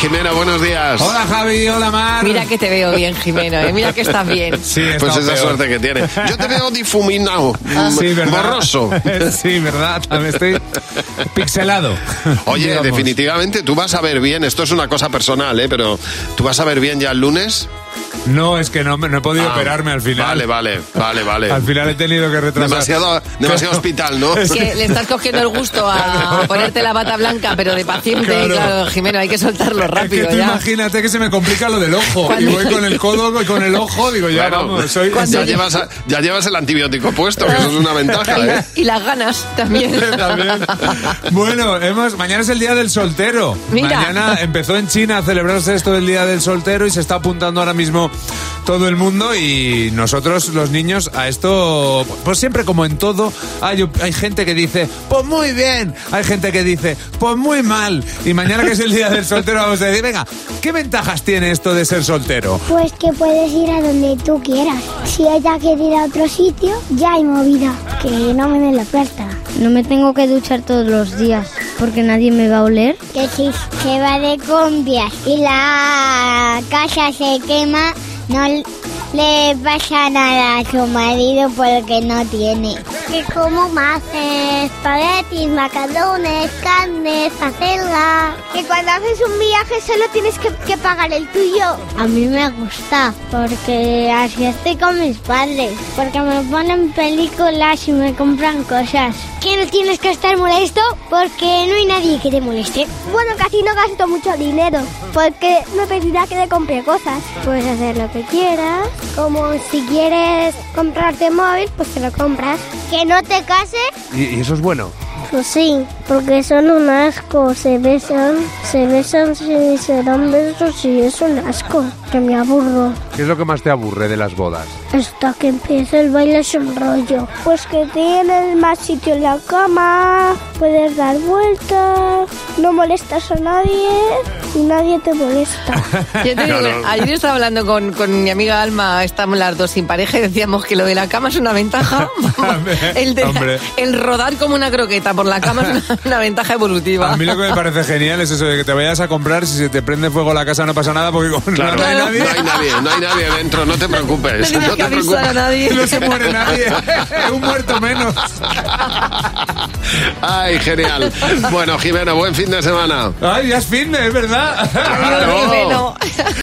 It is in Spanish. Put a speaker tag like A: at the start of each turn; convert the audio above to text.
A: Jimena, buenos días.
B: Hola Javi, hola Mar.
C: Mira que te veo bien, Jimeno, ¿eh? mira que estás bien.
B: Sí, he
A: Pues
B: estado
A: esa
B: peor. Ah,
A: suerte que tiene. Yo te veo difuminado, mm,
B: Sí, ¿verdad?
A: borroso.
B: sí, verdad, también estoy pixelado.
A: Oye,
B: digamos.
A: definitivamente tú vas a ver bien, esto es una cosa personal, ¿eh? pero tú vas a ver bien ya el lunes.
B: No, es que no, me- no he podido
A: Ah,
B: operarme al final.
A: Vale, vale, vale, vale.
B: Al final he tenido que retrasar.
A: Demasiado, demasiado hospital, ¿no?
B: Es
C: Que le estás cogiendo el gusto a ponerte la bata blanca, pero de paciente,
B: Claro.
C: claro, Jimeno, hay que soltarlo rápido
B: es que tú
C: ya.
B: imagínate que se me complica lo del ojo. Y
C: Cuando-
B: voy con el codo y con el ojo, digo, ya
A: Claro,
B: vamos, soy...
A: ya,
C: Cuando-
A: llevas, a- ya llevas el antibiótico puesto, que eso es una ventaja, ¿eh?
C: Y las ganas también.
B: También. Bueno, hemos, mañana es el Día del Soltero.
C: Mira.
B: Mañana empezó en China a celebrarse esto del Día del Soltero y se está apuntando ahora mismo todo el mundo y nosotros los niños a esto, pues siempre como en todo, hay, hay gente que dice, pues muy bien, hay gente que dice, pues muy mal. Y mañana que es el Día del Soltero vamos a decir, venga, ¿qué ventajas tiene esto de ser soltero?
D: Pues que puedes ir a donde tú quieras. Si ella quiere ir a otro sitio, ya hay movida. Que no me den la puerta.
E: No me tengo que duchar todos los días porque nadie me va a oler.
D: Que si se va de combias y la casa se quema, no le pasa nada a su marido porque no tiene. Que como más espaguetis, macarrones, carnes, acelga. Que cuando haces un viaje solo tienes que, que pagar el tuyo. A mí me gusta porque así estoy con mis padres. Porque me ponen películas y me compran cosas. Que no tienes que estar molesto porque no hay nadie que te moleste. Bueno, casi no gasto mucho dinero porque no pedirá que te compre cosas. Puedes hacer lo que quieras. Como si quieres comprarte móvil, pues te lo compras. Que no te cases
B: Y, y eso es bueno.
D: pues sí, porque son un asco, se besan, se besan, se, se dan besos y es un asco, que me aburro.
B: ¿Qué es lo que más te aburre de las bodas?
D: Hasta que empieza el baile es un rollo. Pues que tienes más sitio en la cama, puedes dar vueltas, no molestas a nadie y nadie te molesta.
C: Yo te digo que
A: Claro.
C: ayer estaba hablando con, con mi amiga Alma, estamos las dos sin pareja y decíamos que lo de la cama es una ventaja. el, de-
B: Hombre.
C: el rodar como una croqueta por la cama es una, una ventaja evolutiva.
B: A mí lo que me parece genial es eso de que te vayas a comprar, si se te prende fuego la casa no pasa nada porque como
A: Claro,
B: no hay nadie,
A: no hay nadie, no hay nadie dentro, no te
C: no
A: preocupes.
C: tienes
A: no
C: que
A: te
C: avisar a
A: preocupes.
C: nadie.
B: no se muere nadie, un muerto menos.
A: Ay, genial. Bueno, Jimeno, buen fin de semana.
B: Ay, ya es fin, es verdad.
C: Adiós,
A: Claro.
C: Jimeno.